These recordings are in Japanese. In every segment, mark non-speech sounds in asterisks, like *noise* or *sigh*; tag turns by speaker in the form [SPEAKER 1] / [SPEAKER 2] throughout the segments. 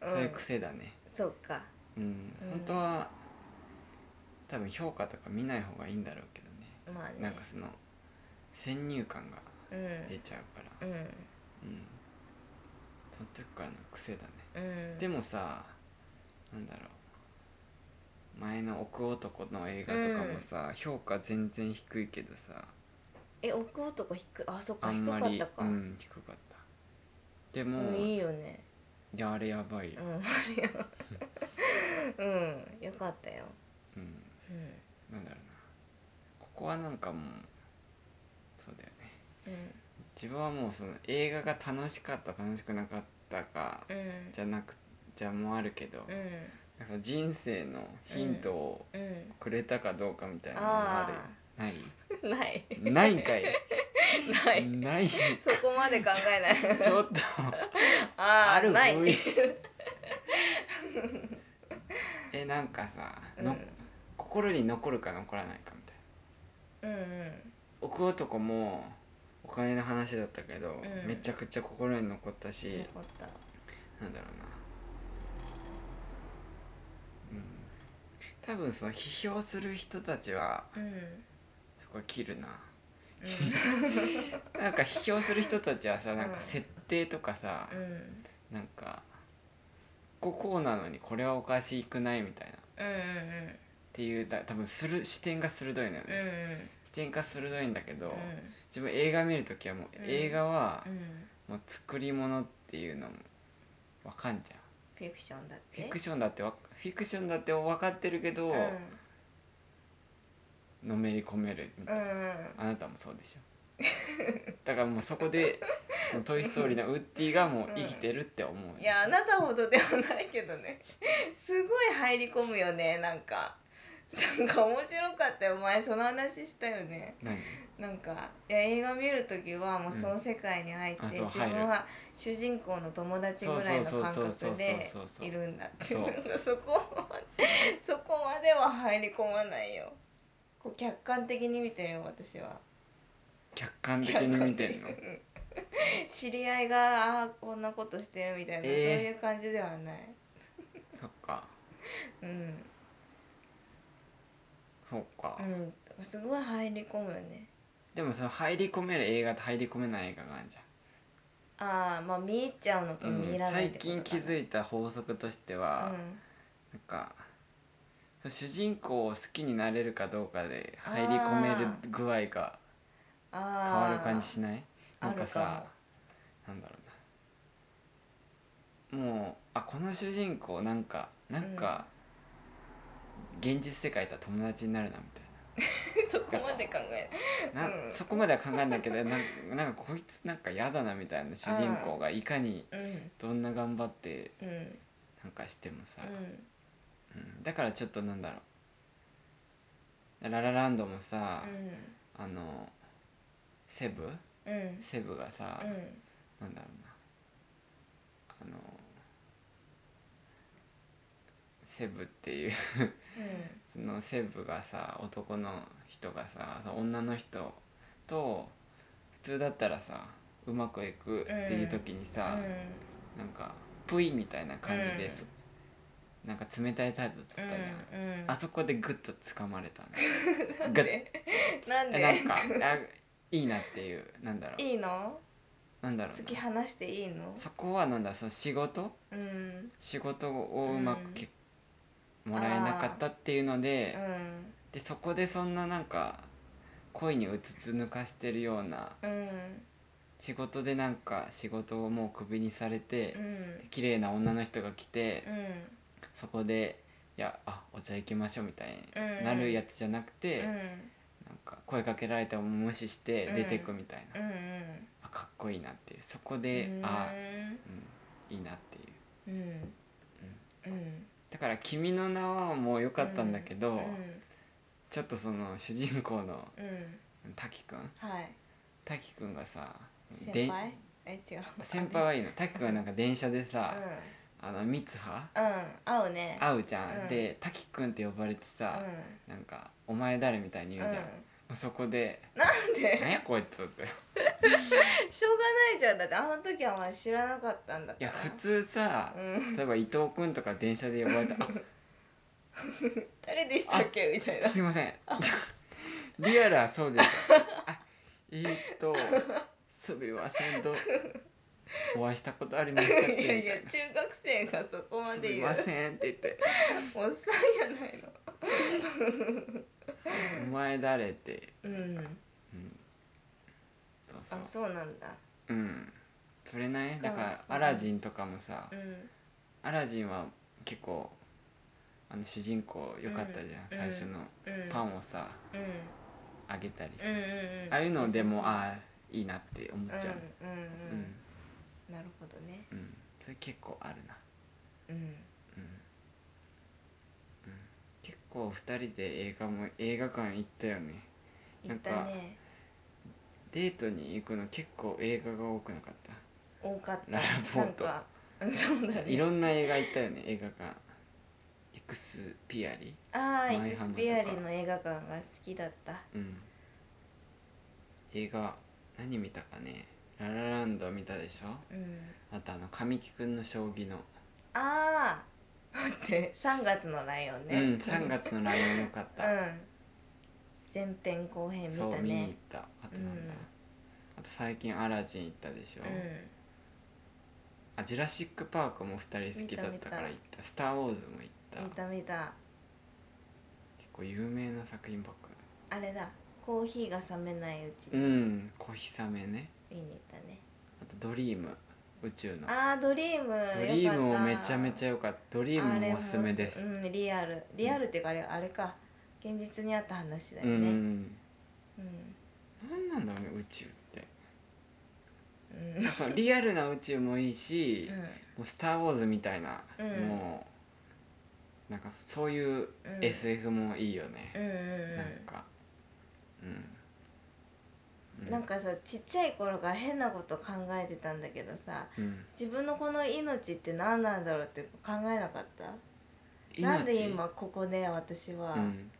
[SPEAKER 1] そういう癖だね
[SPEAKER 2] そうか
[SPEAKER 1] うん、
[SPEAKER 2] うん
[SPEAKER 1] 本当は多分評価とか見ない方がいいんだろうけどね
[SPEAKER 2] まあね
[SPEAKER 1] なんかその先入観が
[SPEAKER 2] うん
[SPEAKER 1] 出ちゃうから
[SPEAKER 2] うん
[SPEAKER 1] うんその時からの癖だね
[SPEAKER 2] うん
[SPEAKER 1] でもさなんだろう前の「奥男」の映画とかもさ、評価全然低いけどさ
[SPEAKER 2] え奥男低くあそっ
[SPEAKER 1] あ
[SPEAKER 2] か
[SPEAKER 1] ん
[SPEAKER 2] 低
[SPEAKER 1] ま
[SPEAKER 2] か
[SPEAKER 1] り
[SPEAKER 2] ったか、
[SPEAKER 1] うん低かったで
[SPEAKER 2] う
[SPEAKER 1] も、
[SPEAKER 2] んいい
[SPEAKER 1] い
[SPEAKER 2] よね
[SPEAKER 1] やあれやばい
[SPEAKER 2] うん
[SPEAKER 1] よ、
[SPEAKER 2] あれようんよかったよ
[SPEAKER 1] うん、
[SPEAKER 2] うん
[SPEAKER 1] なんだろうなここはなんかもうそうだよね
[SPEAKER 2] うん
[SPEAKER 1] 自分はもうその映画が楽しかった楽しくなかったか
[SPEAKER 2] うん
[SPEAKER 1] じゃなくじゃもあるけど、
[SPEAKER 2] うん
[SPEAKER 1] なんか人生のヒントを
[SPEAKER 2] うん
[SPEAKER 1] くれたかどうかみたいなのもあるよ
[SPEAKER 2] あ
[SPEAKER 1] ない
[SPEAKER 2] あない
[SPEAKER 1] ないんかい
[SPEAKER 2] な
[SPEAKER 1] ない
[SPEAKER 2] い *laughs*
[SPEAKER 1] ち
[SPEAKER 2] そこまで考えない
[SPEAKER 1] ょっと
[SPEAKER 2] あ
[SPEAKER 1] あ
[SPEAKER 2] あ
[SPEAKER 1] る
[SPEAKER 2] ない
[SPEAKER 1] そういう
[SPEAKER 2] *laughs*
[SPEAKER 1] えなんかさ、の
[SPEAKER 2] うん
[SPEAKER 1] 心に残るか残らないかみたいな
[SPEAKER 2] うんうん
[SPEAKER 1] 奥男もお金の話だったけど、
[SPEAKER 2] うん
[SPEAKER 1] めちゃくちゃ心に残ったし、
[SPEAKER 2] よかった
[SPEAKER 1] なんだろうなうん多分その批評する人たちは
[SPEAKER 2] うん
[SPEAKER 1] そこは切るな
[SPEAKER 2] う
[SPEAKER 1] なんか批評する人たちはさなん
[SPEAKER 2] う
[SPEAKER 1] か
[SPEAKER 2] ん
[SPEAKER 1] 設定とかさ、
[SPEAKER 2] んうん
[SPEAKER 1] なんかこここうなのにこれはおかしくないみたいなっ
[SPEAKER 2] うんうん
[SPEAKER 1] ていうだ多分する視点が鋭いのよ
[SPEAKER 2] うんう
[SPEAKER 1] ね、
[SPEAKER 2] ん
[SPEAKER 1] 視点が鋭いんだけど、
[SPEAKER 2] うん
[SPEAKER 1] 自分映画見るときはもう
[SPEAKER 2] うん
[SPEAKER 1] 映画は
[SPEAKER 2] うん
[SPEAKER 1] もう作り物っていうのもわかんじゃん
[SPEAKER 2] フィクションだって
[SPEAKER 1] フィクションだってわフィクションだって分かってるけど、のめり込めるみた
[SPEAKER 2] う
[SPEAKER 1] い
[SPEAKER 2] ん
[SPEAKER 1] な、あなたもそうでしょだからもうそこ
[SPEAKER 2] *laughs*
[SPEAKER 1] で「もうトイ・ストーリー」のウッディがもう生きてるって思う、
[SPEAKER 2] うんいやあなたほどではないけどね *laughs* すごい入り込むよねなんかなんか面白かったよ前その話したよね
[SPEAKER 1] 何
[SPEAKER 2] なんかいや映画見る時はもうその世界に入って、
[SPEAKER 1] うんあそう
[SPEAKER 2] 自
[SPEAKER 1] 入る
[SPEAKER 2] 分は主人公の友達ぐらいの
[SPEAKER 1] そう
[SPEAKER 2] 感
[SPEAKER 1] そうそうそうそう
[SPEAKER 2] 覚で
[SPEAKER 1] そうそう
[SPEAKER 2] いるんだって
[SPEAKER 1] そう
[SPEAKER 2] *laughs* そこまでそこまでは入り込まないよこう客観的に見てるよ私は
[SPEAKER 1] 客観的に見てんの
[SPEAKER 2] 知り合いがあーこんなことしてるみたいな、
[SPEAKER 1] えー
[SPEAKER 2] そういう感じではない
[SPEAKER 1] そっか
[SPEAKER 2] うん
[SPEAKER 1] そっか、
[SPEAKER 2] うん、すごい入り込むよね
[SPEAKER 1] でもその入り込める映画と入り込めない映画があるじゃん
[SPEAKER 2] ああまあ見入っちゃうのと見入らないっ
[SPEAKER 1] 最
[SPEAKER 2] てことか、
[SPEAKER 1] 近気づいた法則としては、なんかその主人公を好きになれるかどうかで入り込める具合が
[SPEAKER 2] 変
[SPEAKER 1] 変わる感じし
[SPEAKER 2] ない
[SPEAKER 1] ない
[SPEAKER 2] あー
[SPEAKER 1] なんか
[SPEAKER 2] あ
[SPEAKER 1] さ
[SPEAKER 2] る
[SPEAKER 1] なんだろうなもうあこの主人公なんかなんか、現実世界とは友達になるなみたいな
[SPEAKER 2] そこまで考え
[SPEAKER 1] な、
[SPEAKER 2] うん
[SPEAKER 1] そこまでは考えないけどなんなんかこいつなんか嫌だなみたいな主人公がいかに
[SPEAKER 2] ないうん
[SPEAKER 1] どんな頑張って
[SPEAKER 2] うん
[SPEAKER 1] なんかしてもさ、
[SPEAKER 2] うん
[SPEAKER 1] うんだからちょっとなんだろうララランドもさ、
[SPEAKER 2] う
[SPEAKER 1] あのセブ
[SPEAKER 2] んうん
[SPEAKER 1] セブがさ、
[SPEAKER 2] うん
[SPEAKER 1] なんだろうなあのセブっていう *laughs* そのセブがさ男の人がさその女の人と普通だったらさうまくいくっていう時にさ、なんかプイみたいな感じで、
[SPEAKER 2] うん
[SPEAKER 1] そなんか冷たい態度だったじゃん、
[SPEAKER 2] うんうん
[SPEAKER 1] あそこでグッと掴まれ
[SPEAKER 2] *laughs*
[SPEAKER 1] たんだグッ
[SPEAKER 2] なん
[SPEAKER 1] えな
[SPEAKER 2] で
[SPEAKER 1] んかあいいなっていうなんだろう
[SPEAKER 2] いいの
[SPEAKER 1] なんだろ
[SPEAKER 2] 突
[SPEAKER 1] う
[SPEAKER 2] き
[SPEAKER 1] な
[SPEAKER 2] 放していいの
[SPEAKER 1] そこはなんだその仕事
[SPEAKER 2] うん
[SPEAKER 1] 仕事をうまくけ、
[SPEAKER 2] ん
[SPEAKER 1] もらえなかったっていうの
[SPEAKER 2] う
[SPEAKER 1] で,、
[SPEAKER 2] ん
[SPEAKER 1] でそこでそんななんか恋にうつつ抜かしてるような
[SPEAKER 2] うん
[SPEAKER 1] 仕事でなんか仕事をもうクビにされて
[SPEAKER 2] う、ん
[SPEAKER 1] 綺麗な女の人が来て、
[SPEAKER 2] うん
[SPEAKER 1] そこで「いやあお茶行きましょう」みたい
[SPEAKER 2] うん
[SPEAKER 1] になるやつじゃなくて、
[SPEAKER 2] うん
[SPEAKER 1] なんか声かけられたも無視して出てくみたいな、
[SPEAKER 2] うんうん
[SPEAKER 1] あかっこいいなっていうそこで、
[SPEAKER 2] うん
[SPEAKER 1] あうんいいなっていう、
[SPEAKER 2] うん
[SPEAKER 1] うん
[SPEAKER 2] うん
[SPEAKER 1] だから「君の名は」もう良かったんだけど、
[SPEAKER 2] うん
[SPEAKER 1] ちょっとその主人公の
[SPEAKER 2] うん
[SPEAKER 1] 滝くん
[SPEAKER 2] はい
[SPEAKER 1] 滝くんがさで
[SPEAKER 2] 先輩え違う
[SPEAKER 1] 先輩はいいの滝くんはなんか電車で
[SPEAKER 2] *laughs*
[SPEAKER 1] さ、あの三葉
[SPEAKER 2] うんうん合うね
[SPEAKER 1] 会うじゃん、
[SPEAKER 2] うん
[SPEAKER 1] で滝くんって呼ばれてさ、なんか「お前誰?」みたいに
[SPEAKER 2] うん
[SPEAKER 1] 言うじゃん、あそこ
[SPEAKER 2] *laughs*
[SPEAKER 1] で
[SPEAKER 2] なん
[SPEAKER 1] 「何
[SPEAKER 2] で
[SPEAKER 1] やこいつ」って
[SPEAKER 2] しょうがないじゃんだってあの時はまだ知らなかったんだ
[SPEAKER 1] い
[SPEAKER 2] か
[SPEAKER 1] や
[SPEAKER 2] ら
[SPEAKER 1] 普通さ
[SPEAKER 2] うん
[SPEAKER 1] 例えば伊藤君とか電車で呼ばれたら
[SPEAKER 2] 誰でしたっけみたい
[SPEAKER 1] あ
[SPEAKER 2] な
[SPEAKER 1] すいませんリアルはそう
[SPEAKER 2] *laughs*
[SPEAKER 1] ですあえーっとすみませんとお会いしたことありましたっけみ
[SPEAKER 2] いやいや
[SPEAKER 1] たいな
[SPEAKER 2] 中学生がそこますで
[SPEAKER 1] み
[SPEAKER 2] 言う
[SPEAKER 1] ませんって言って
[SPEAKER 2] おっさんやないの
[SPEAKER 1] 「お前誰?」って、
[SPEAKER 2] うん
[SPEAKER 1] うん、そうそ
[SPEAKER 2] あ
[SPEAKER 1] う
[SPEAKER 2] そうなんだ
[SPEAKER 1] うんそれない
[SPEAKER 2] そ
[SPEAKER 1] だ
[SPEAKER 2] う
[SPEAKER 1] か
[SPEAKER 2] そう
[SPEAKER 1] らアラジンとかもさ
[SPEAKER 2] うん
[SPEAKER 1] アラジンは結構あの主人公良かったじゃん、
[SPEAKER 2] うん
[SPEAKER 1] 最初の
[SPEAKER 2] うん
[SPEAKER 1] パンをさ
[SPEAKER 2] うんうん
[SPEAKER 1] あげたりさ、
[SPEAKER 2] うんうん
[SPEAKER 1] ああいうのでも
[SPEAKER 2] あ
[SPEAKER 1] ああいいなって思
[SPEAKER 2] うんう
[SPEAKER 1] っ
[SPEAKER 2] ん
[SPEAKER 1] ちゃう
[SPEAKER 2] う
[SPEAKER 1] うんん
[SPEAKER 2] なるほどね
[SPEAKER 1] うんそれ結構あるな
[SPEAKER 2] うん
[SPEAKER 1] うん、うん、結構2人で映画も映画館行ったよね
[SPEAKER 2] 行ったね
[SPEAKER 1] デートに行くの結構映画が多くなかっ
[SPEAKER 2] *laughs* 多かった
[SPEAKER 1] ララポート
[SPEAKER 2] なんかうんそうだ
[SPEAKER 1] た
[SPEAKER 2] ね
[SPEAKER 1] いろんな映画行ったよね映画館エクスピアリ
[SPEAKER 2] ああ
[SPEAKER 1] マイ
[SPEAKER 2] エク
[SPEAKER 1] ハムとか
[SPEAKER 2] スピアリの映画館が好きだった
[SPEAKER 1] うん映画何見たかねララランド見たでしょ
[SPEAKER 2] うん
[SPEAKER 1] あとあの神木くんの将棋の、
[SPEAKER 2] ああ待って3月のライオンね
[SPEAKER 1] うん3月のライオンよかっ
[SPEAKER 2] *laughs* う
[SPEAKER 1] た、
[SPEAKER 2] ん前編後編見た
[SPEAKER 1] そう見に行っ
[SPEAKER 2] ね
[SPEAKER 1] たあとなんだ、
[SPEAKER 2] うん
[SPEAKER 1] あと最近アラジン行ったでしょ、あジュラシック・パークも2人好きだったから行ったスター・ウォーズも行った
[SPEAKER 2] うん見た見た
[SPEAKER 1] 結構有名な作品ばっか
[SPEAKER 2] あれだコーヒーが冷めないうち
[SPEAKER 1] だう
[SPEAKER 2] に
[SPEAKER 1] ん「小日雨ね
[SPEAKER 2] 見に行ったね、」
[SPEAKER 1] あと「ドリーム」宇宙の
[SPEAKER 2] ああドリーム
[SPEAKER 1] ドリーム
[SPEAKER 2] よ
[SPEAKER 1] も
[SPEAKER 2] かった
[SPEAKER 1] めちゃめちゃ良かったドリー
[SPEAKER 2] あ
[SPEAKER 1] ム
[SPEAKER 2] れ
[SPEAKER 1] もおすすめです
[SPEAKER 2] うんリアルリアルっていうかあれあれか現実にあった話だよ
[SPEAKER 1] う
[SPEAKER 2] ね
[SPEAKER 1] ん
[SPEAKER 2] うん
[SPEAKER 1] 何なんだろうね宇宙って
[SPEAKER 2] うん
[SPEAKER 1] そうリアルな宇宙もいいし、
[SPEAKER 2] うん
[SPEAKER 1] もう「スター・ウォーズ」みたいな、
[SPEAKER 2] うん
[SPEAKER 1] もうなんかそういう
[SPEAKER 2] うん
[SPEAKER 1] SF もいいよね
[SPEAKER 2] う、んうん
[SPEAKER 1] なんかうん、う
[SPEAKER 2] うんなん、かさちっちゃい頃から変なこと考えてたんだけどさ
[SPEAKER 1] うん、
[SPEAKER 2] 自分のこの命って何なんだろうって考えなかったなんで今ここで私は、
[SPEAKER 1] うん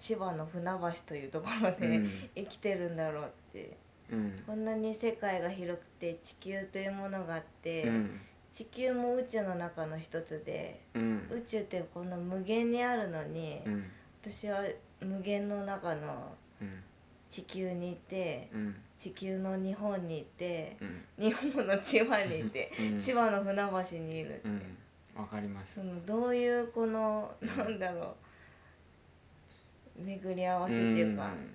[SPEAKER 2] 千葉の船橋というところで、
[SPEAKER 1] うん
[SPEAKER 2] 生きてるんだろうって
[SPEAKER 1] うん
[SPEAKER 2] こんなに世界が広くて地球というものがあって、
[SPEAKER 1] うん
[SPEAKER 2] 地球も宇宙の中の一つで
[SPEAKER 1] うん
[SPEAKER 2] 宇宙ってこんな無限にあるのに、
[SPEAKER 1] うん
[SPEAKER 2] 私は無限の中の
[SPEAKER 1] うん
[SPEAKER 2] 地球にいて
[SPEAKER 1] うん
[SPEAKER 2] 地球の日本にいて
[SPEAKER 1] うん
[SPEAKER 2] 日本の千葉にいて
[SPEAKER 1] うん
[SPEAKER 2] 千葉の船橋にいるって、
[SPEAKER 1] うんわかります
[SPEAKER 2] そのどういうこの
[SPEAKER 1] うん
[SPEAKER 2] なんだろう巡り合わせっていうか、
[SPEAKER 1] ん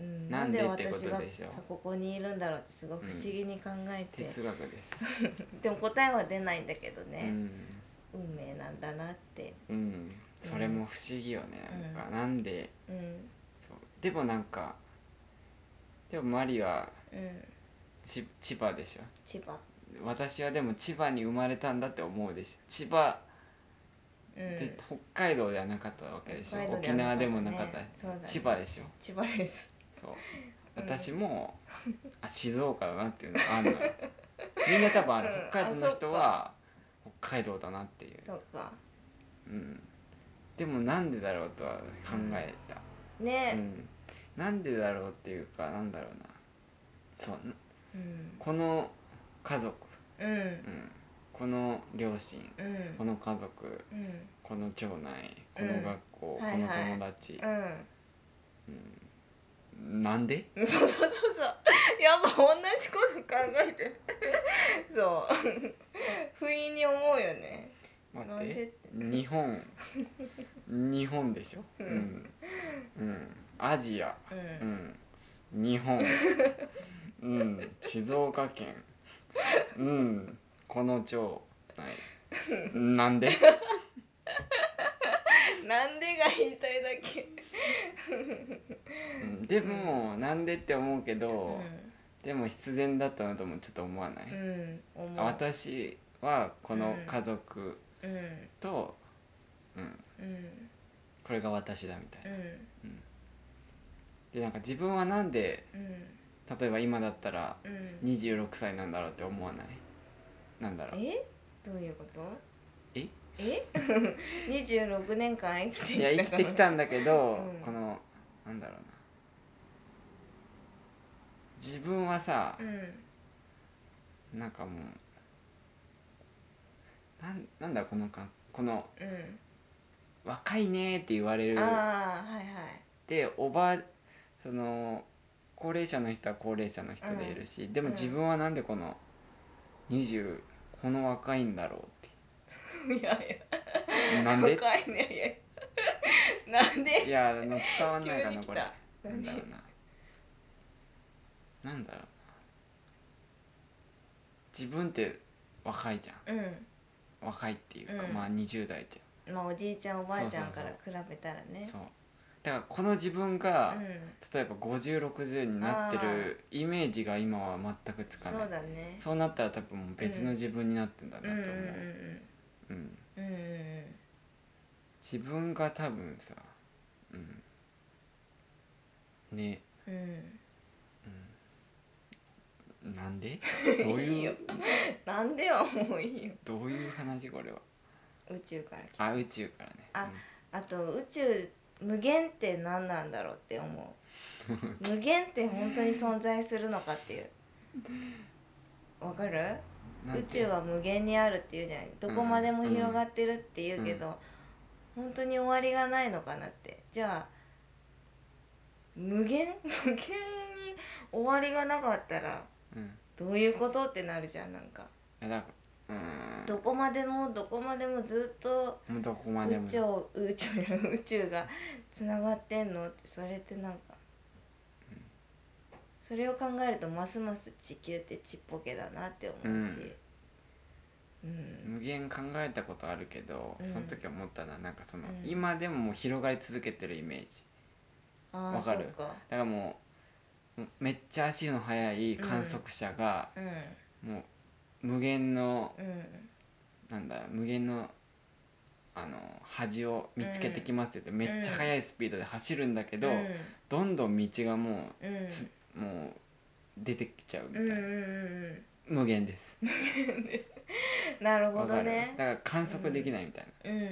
[SPEAKER 2] うんな
[SPEAKER 1] なんん
[SPEAKER 2] で
[SPEAKER 1] で
[SPEAKER 2] 私が
[SPEAKER 1] ってことでしょ
[SPEAKER 2] さここにいるんだろうってすごい不思議に考えて、
[SPEAKER 1] 哲学です、
[SPEAKER 2] *laughs* でも答えは出ないんだけど
[SPEAKER 1] う
[SPEAKER 2] ね、
[SPEAKER 1] ん
[SPEAKER 2] 運命なんだなって、
[SPEAKER 1] うんそれも不思議よねなんか、なんで
[SPEAKER 2] うん
[SPEAKER 1] そうでもなんかでもマリは
[SPEAKER 2] うん、
[SPEAKER 1] ち千葉でしょ
[SPEAKER 2] 千葉、
[SPEAKER 1] 私はでも千葉に生まれたんだって思うでしょ千葉
[SPEAKER 2] うん、
[SPEAKER 1] で、北海道ではなかったわけでしょ、
[SPEAKER 2] 北海道で
[SPEAKER 1] 沖
[SPEAKER 2] はな
[SPEAKER 1] 縄
[SPEAKER 2] かったね
[SPEAKER 1] でもなかった、
[SPEAKER 2] そうだね
[SPEAKER 1] 千葉でしょ
[SPEAKER 2] 千葉です。
[SPEAKER 1] そう
[SPEAKER 2] うん
[SPEAKER 1] 私も、あ静岡だなっていうのがある
[SPEAKER 2] *laughs*
[SPEAKER 1] のよみんな多分ある
[SPEAKER 2] うん
[SPEAKER 1] 北海道の人は北海道だなっていう
[SPEAKER 2] そっか、
[SPEAKER 1] うんでもなんでだろうとは考えたう
[SPEAKER 2] ね、
[SPEAKER 1] んなんでだろうっていうかなんだろうなそう
[SPEAKER 2] うん、
[SPEAKER 1] この家族、
[SPEAKER 2] うん、うん
[SPEAKER 1] う、ん、この両親
[SPEAKER 2] うん、
[SPEAKER 1] この家族
[SPEAKER 2] うん、
[SPEAKER 1] この町内こ
[SPEAKER 2] うん
[SPEAKER 1] の学校、
[SPEAKER 2] はい
[SPEAKER 1] この
[SPEAKER 2] はい
[SPEAKER 1] 友達、
[SPEAKER 2] うん。
[SPEAKER 1] なんで
[SPEAKER 2] そうそうそうそうやっぱ同じこと考えてるそう不意に思うよね
[SPEAKER 1] 待
[SPEAKER 2] なん
[SPEAKER 1] っ
[SPEAKER 2] でって
[SPEAKER 1] 日本日本でしょ
[SPEAKER 2] う
[SPEAKER 1] うんん、うん、アジア
[SPEAKER 2] うん、
[SPEAKER 1] うん日本うん静岡県うんこの町内なんで
[SPEAKER 2] なんでが言いたいだけ
[SPEAKER 1] うんでもなんでって思うけ
[SPEAKER 2] う
[SPEAKER 1] ど、でも必然だったなともちょっと思わない、
[SPEAKER 2] ん、うん、思う
[SPEAKER 1] 私はこの家族
[SPEAKER 2] うんうん
[SPEAKER 1] と、うん、
[SPEAKER 2] うん
[SPEAKER 1] これが私だみたいうな、
[SPEAKER 2] ん
[SPEAKER 1] うん、でなんか自分はなんで例えば今だったら
[SPEAKER 2] うん
[SPEAKER 1] 26歳なんだろうって思わないなんだろう
[SPEAKER 2] えどういうこと
[SPEAKER 1] え
[SPEAKER 2] え26年間生きてきた
[SPEAKER 1] いや生きてきたんだけど、
[SPEAKER 2] うん
[SPEAKER 1] このなんだろうな自分はさ
[SPEAKER 2] う、ん
[SPEAKER 1] なんかもうなんなんだこのかこの「若いね」って言われ
[SPEAKER 2] うん
[SPEAKER 1] る
[SPEAKER 2] ああはいはい
[SPEAKER 1] でおばその高齢者の人は高齢者の人でいるし、でも
[SPEAKER 2] うん
[SPEAKER 1] 自分はなんでこの20この若いんだろうって
[SPEAKER 2] いやい
[SPEAKER 1] え
[SPEAKER 2] や
[SPEAKER 1] なんで
[SPEAKER 2] 若いねいやなん
[SPEAKER 1] い
[SPEAKER 2] で
[SPEAKER 1] やあの伝わんないか
[SPEAKER 2] *laughs* 急
[SPEAKER 1] な
[SPEAKER 2] に来
[SPEAKER 1] これ
[SPEAKER 2] た
[SPEAKER 1] なんだろ
[SPEAKER 2] 何
[SPEAKER 1] うななんだろうな自分って若いじゃ
[SPEAKER 2] うん
[SPEAKER 1] ん若いっていうか、
[SPEAKER 2] うん
[SPEAKER 1] まあ20代じ
[SPEAKER 2] まあおじいちゃんおばあちゃん
[SPEAKER 1] そ
[SPEAKER 2] か
[SPEAKER 1] う
[SPEAKER 2] ら
[SPEAKER 1] そう
[SPEAKER 2] 比べたら
[SPEAKER 1] ゃん、
[SPEAKER 2] ね
[SPEAKER 1] そうだからこの自分
[SPEAKER 2] う
[SPEAKER 1] が、
[SPEAKER 2] ん
[SPEAKER 1] 例えば5060になってるイメージが今は全くつか
[SPEAKER 2] そ
[SPEAKER 1] ないう
[SPEAKER 2] だね
[SPEAKER 1] そうなったら多分もう別の自分になってんだ
[SPEAKER 2] うんうん
[SPEAKER 1] なと思う、うん
[SPEAKER 2] うんうんうんうん
[SPEAKER 1] 自分が多分さ、うん、ね、
[SPEAKER 2] うんうん
[SPEAKER 1] うん、なん
[SPEAKER 2] *laughs*
[SPEAKER 1] でどういう
[SPEAKER 2] いいよなんではもういいよ
[SPEAKER 1] どういう話これは
[SPEAKER 2] 宇宙から来た
[SPEAKER 1] あ宇宙からね
[SPEAKER 2] ああと宇宙無限って何なんだろうって思う *laughs* 無限って本当に存在するのかっていうわかる
[SPEAKER 1] うんなん
[SPEAKER 2] 宇
[SPEAKER 1] て
[SPEAKER 2] 宙は無限にあるっていうじゃないどこまでも広がってるっていうけど、本当に終わりがないのかなってじゃあ無限 *laughs* 無限に終わりがなかったら
[SPEAKER 1] うんい
[SPEAKER 2] どういうことってなるじゃんなんか
[SPEAKER 1] やだからうん
[SPEAKER 2] どこまでもどこまでもずっと
[SPEAKER 1] もうどこまでも
[SPEAKER 2] 宇宙宇宙や宇宙がつながってんのってそれってなんかそれを考えるとますます地球ってちっぽけだなって思うしうん
[SPEAKER 1] 無限考えたことあるけど、
[SPEAKER 2] うん
[SPEAKER 1] その時思ったのはなんかその、
[SPEAKER 2] うん
[SPEAKER 1] 今でももう広がり続けてるイメージ
[SPEAKER 2] ああ
[SPEAKER 1] わ
[SPEAKER 2] そ
[SPEAKER 1] か
[SPEAKER 2] う
[SPEAKER 1] る
[SPEAKER 2] か
[SPEAKER 1] だからもうもうめっちゃ足の速い観測者が、
[SPEAKER 2] うん
[SPEAKER 1] もう無限の
[SPEAKER 2] うん
[SPEAKER 1] なんだ無限のあの端を見つけてきますって言って、めっちゃ速いスピードで走るんだけど、
[SPEAKER 2] うん
[SPEAKER 1] どんどん道がも
[SPEAKER 2] うん
[SPEAKER 1] う、つもう出てきちゃうみ
[SPEAKER 2] う
[SPEAKER 1] た
[SPEAKER 2] ん
[SPEAKER 1] い
[SPEAKER 2] うんう
[SPEAKER 1] な、
[SPEAKER 2] んうん
[SPEAKER 1] 無限です
[SPEAKER 2] なるほ
[SPEAKER 1] わか
[SPEAKER 2] ど
[SPEAKER 1] る
[SPEAKER 2] ね
[SPEAKER 1] だから観測できないみたいな、
[SPEAKER 2] うんうん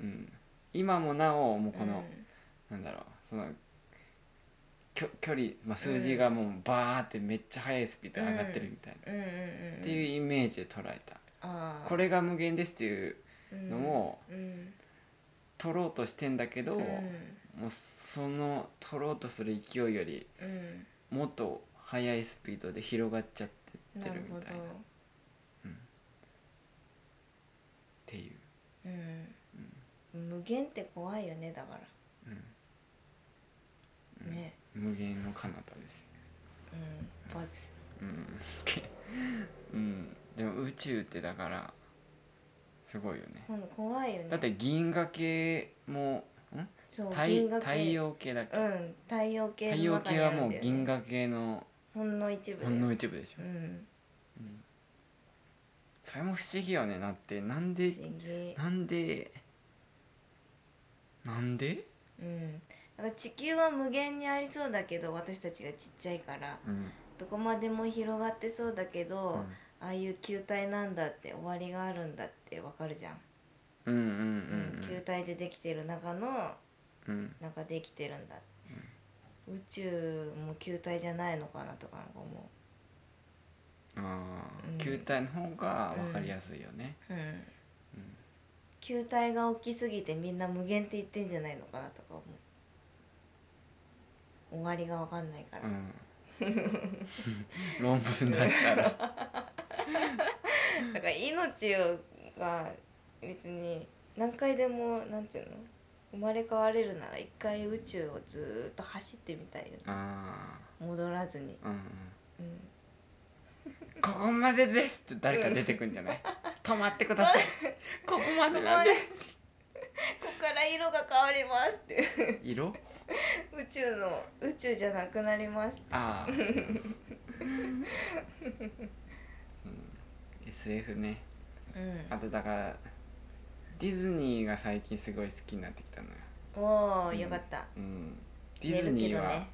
[SPEAKER 1] うん今もなおもうこの、
[SPEAKER 2] う
[SPEAKER 1] な
[SPEAKER 2] ん
[SPEAKER 1] んだろうそのきょ距離、まあ、数字がもうバーってめっちゃ速いスピードで上がってるみたいな、
[SPEAKER 2] うんうんうん
[SPEAKER 1] っていうイメージで捉えた、
[SPEAKER 2] あー
[SPEAKER 1] これが無限ですっていう
[SPEAKER 2] うん
[SPEAKER 1] のを
[SPEAKER 2] うん
[SPEAKER 1] 取ろうとしてんだけど、
[SPEAKER 2] うん
[SPEAKER 1] もうその取ろうとする勢いより
[SPEAKER 2] うん
[SPEAKER 1] もっと速いスピードで広がっちゃってっ
[SPEAKER 2] な
[SPEAKER 1] て
[SPEAKER 2] る
[SPEAKER 1] るみ
[SPEAKER 2] ほ
[SPEAKER 1] たいなっ
[SPEAKER 2] ど
[SPEAKER 1] ていう、
[SPEAKER 2] うん、無限って怖いよねだか
[SPEAKER 1] うん
[SPEAKER 2] らね、
[SPEAKER 1] 無限の彼方ですよ
[SPEAKER 2] うん、バズ
[SPEAKER 1] うん、うん、でも宇宙ってだからすごいよね、
[SPEAKER 2] 今度怖いよね
[SPEAKER 1] だって銀河系もん
[SPEAKER 2] そう
[SPEAKER 1] 太
[SPEAKER 2] 銀河系
[SPEAKER 1] 太陽系だっけ、
[SPEAKER 2] うん太陽系
[SPEAKER 1] 太
[SPEAKER 2] の
[SPEAKER 1] 陽
[SPEAKER 2] 中に
[SPEAKER 1] 系
[SPEAKER 2] あ
[SPEAKER 1] は
[SPEAKER 2] る
[SPEAKER 1] も
[SPEAKER 2] ん
[SPEAKER 1] う
[SPEAKER 2] だよ、ね、
[SPEAKER 1] 銀河系の
[SPEAKER 2] ほんの一部
[SPEAKER 1] ほんの一部でしょ、
[SPEAKER 2] うん
[SPEAKER 1] うんそれも不思議よねなってなんで
[SPEAKER 2] 不思議
[SPEAKER 1] なんでなんで、
[SPEAKER 2] うんだから地球は無限にありそうだけど私たちがちっちゃいから
[SPEAKER 1] うん
[SPEAKER 2] どこまでも広がってそうだけど、
[SPEAKER 1] うん
[SPEAKER 2] ああいう球体なんだって終わりがあるんだってわかるじゃん、
[SPEAKER 1] うんうん
[SPEAKER 2] うん球体でできてる中の
[SPEAKER 1] うんうん
[SPEAKER 2] なんかできてるんだ、宇宙も球体じゃないのかなとかなんか思
[SPEAKER 1] あー
[SPEAKER 2] うん
[SPEAKER 1] 球体の方が分かりやすいよね、
[SPEAKER 2] う、うん、
[SPEAKER 1] うん
[SPEAKER 2] 球体が大きすぎてみんな無限って言ってんじゃないのかなとか思う終わりが分かんないから、
[SPEAKER 1] うん、論文出したら
[SPEAKER 2] だから命が別に何回でもなんていうの生まれ変われるなら一回宇宙をずーっと走ってみたいよね
[SPEAKER 1] あ
[SPEAKER 2] 戻らずに、
[SPEAKER 1] ー、うんうん、
[SPEAKER 2] うん、
[SPEAKER 1] ここまでですって誰か出てくんじゃない止まってくださいここまでなんです
[SPEAKER 2] ここから色が変わりますって
[SPEAKER 1] 色
[SPEAKER 2] 宇宙の宇宙じゃなくなります
[SPEAKER 1] ああ、うん、SF ね
[SPEAKER 2] うん
[SPEAKER 1] あとだからディズニーが最近すごい好きになってきたのよ、
[SPEAKER 2] おお、
[SPEAKER 1] うん
[SPEAKER 2] よかった
[SPEAKER 1] うん、デ
[SPEAKER 2] 寝
[SPEAKER 1] ィズ
[SPEAKER 2] るけ
[SPEAKER 1] ニー
[SPEAKER 2] ど
[SPEAKER 1] は、
[SPEAKER 2] ね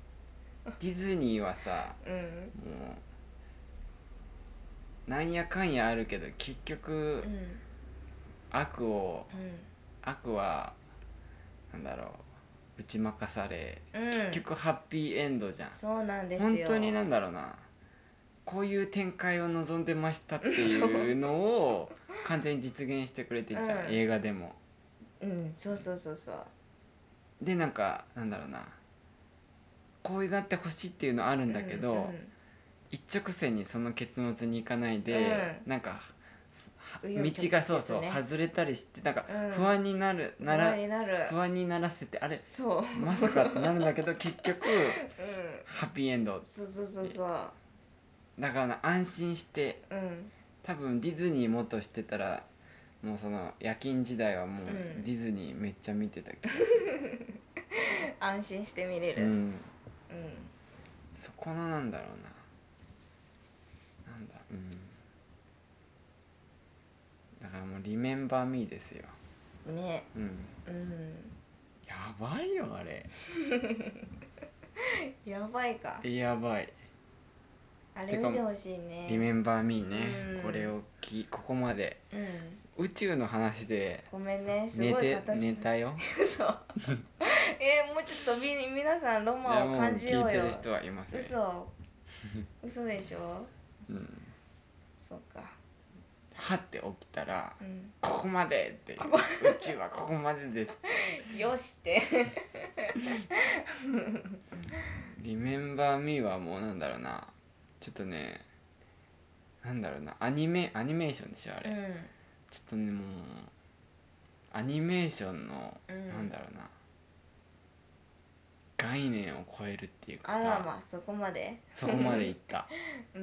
[SPEAKER 1] ディズニーはさ
[SPEAKER 2] うん
[SPEAKER 1] もうなんやかんやあるけど結局
[SPEAKER 2] うん
[SPEAKER 1] 悪を
[SPEAKER 2] うん
[SPEAKER 1] 悪はなんだろう打ち負かされ
[SPEAKER 2] うん、
[SPEAKER 1] 結局ハッピーエンドじゃん
[SPEAKER 2] そうなんですよ
[SPEAKER 1] 本当になんだろうなこういう展開を望んでましたっていうの
[SPEAKER 2] *laughs*
[SPEAKER 1] を完全に実現してくれてんじゃん、
[SPEAKER 2] うん
[SPEAKER 1] 映画でも
[SPEAKER 2] うんそうそうそうそう
[SPEAKER 1] でなんかなんだろうなこういうなってほしいっていうのあるんだけど、
[SPEAKER 2] うんうん
[SPEAKER 1] 一直線にその結末に行かないで、なんかは
[SPEAKER 2] 紆
[SPEAKER 1] 道
[SPEAKER 2] 余曲折
[SPEAKER 1] がそうそう、
[SPEAKER 2] ね
[SPEAKER 1] 外れたりしてなんか
[SPEAKER 2] うん
[SPEAKER 1] 不安になる、な
[SPEAKER 2] 不
[SPEAKER 1] ら
[SPEAKER 2] 安になる
[SPEAKER 1] 不安にならせてあれ
[SPEAKER 2] そう、うん、
[SPEAKER 1] まさかってなるんだけど結
[SPEAKER 2] *laughs*
[SPEAKER 1] 局ハッピーエンド
[SPEAKER 2] そうそうそうそう
[SPEAKER 1] だからな安心して
[SPEAKER 2] うん
[SPEAKER 1] 多分ディズニーもっとしてたらもうその夜勤時代はもう
[SPEAKER 2] うん
[SPEAKER 1] ディズニーめっちゃ見てたけ
[SPEAKER 2] 安心して見れ *laughs*
[SPEAKER 1] ど、
[SPEAKER 2] る
[SPEAKER 1] う
[SPEAKER 2] うん、
[SPEAKER 1] ん、そこのなんだろうななんだうんだからもう「リメンバー・ミー」ですよ
[SPEAKER 2] ね
[SPEAKER 1] うん
[SPEAKER 2] うん
[SPEAKER 1] やばいよあれ
[SPEAKER 2] やばいか
[SPEAKER 1] やばい
[SPEAKER 2] あれ見てほしい
[SPEAKER 1] 「
[SPEAKER 2] ね
[SPEAKER 1] リメンバー・ミーね」
[SPEAKER 2] うん
[SPEAKER 1] これをきここまで
[SPEAKER 2] うん
[SPEAKER 1] 宇宙の話で
[SPEAKER 2] ごめんねす
[SPEAKER 1] 寝
[SPEAKER 2] ごい
[SPEAKER 1] て
[SPEAKER 2] 私
[SPEAKER 1] 寝たよ
[SPEAKER 2] *laughs* そう
[SPEAKER 1] *laughs*
[SPEAKER 2] えーもうちょっとみ皆さんロ
[SPEAKER 1] いや
[SPEAKER 2] マン
[SPEAKER 1] も
[SPEAKER 2] を
[SPEAKER 1] う
[SPEAKER 2] 感じ
[SPEAKER 1] 聞
[SPEAKER 2] よ
[SPEAKER 1] いうて
[SPEAKER 2] よ
[SPEAKER 1] る人はいません *laughs*
[SPEAKER 2] 嘘嘘でしょ
[SPEAKER 1] うん、
[SPEAKER 2] そうか
[SPEAKER 1] はって起きたら
[SPEAKER 2] うん
[SPEAKER 1] ここまでって宇宙はここまでです
[SPEAKER 2] よして
[SPEAKER 1] リメンバーミーはもうなんだろうなちょっとねなんだろうなアニメアニメーションでしょあ
[SPEAKER 2] う
[SPEAKER 1] れ、
[SPEAKER 2] ん
[SPEAKER 1] ちょっとねもうアニメーションの、
[SPEAKER 2] うん
[SPEAKER 1] なんだろうな概念を超えるっていうか
[SPEAKER 2] あ
[SPEAKER 1] さ
[SPEAKER 2] らまそこまで
[SPEAKER 1] そこまでいった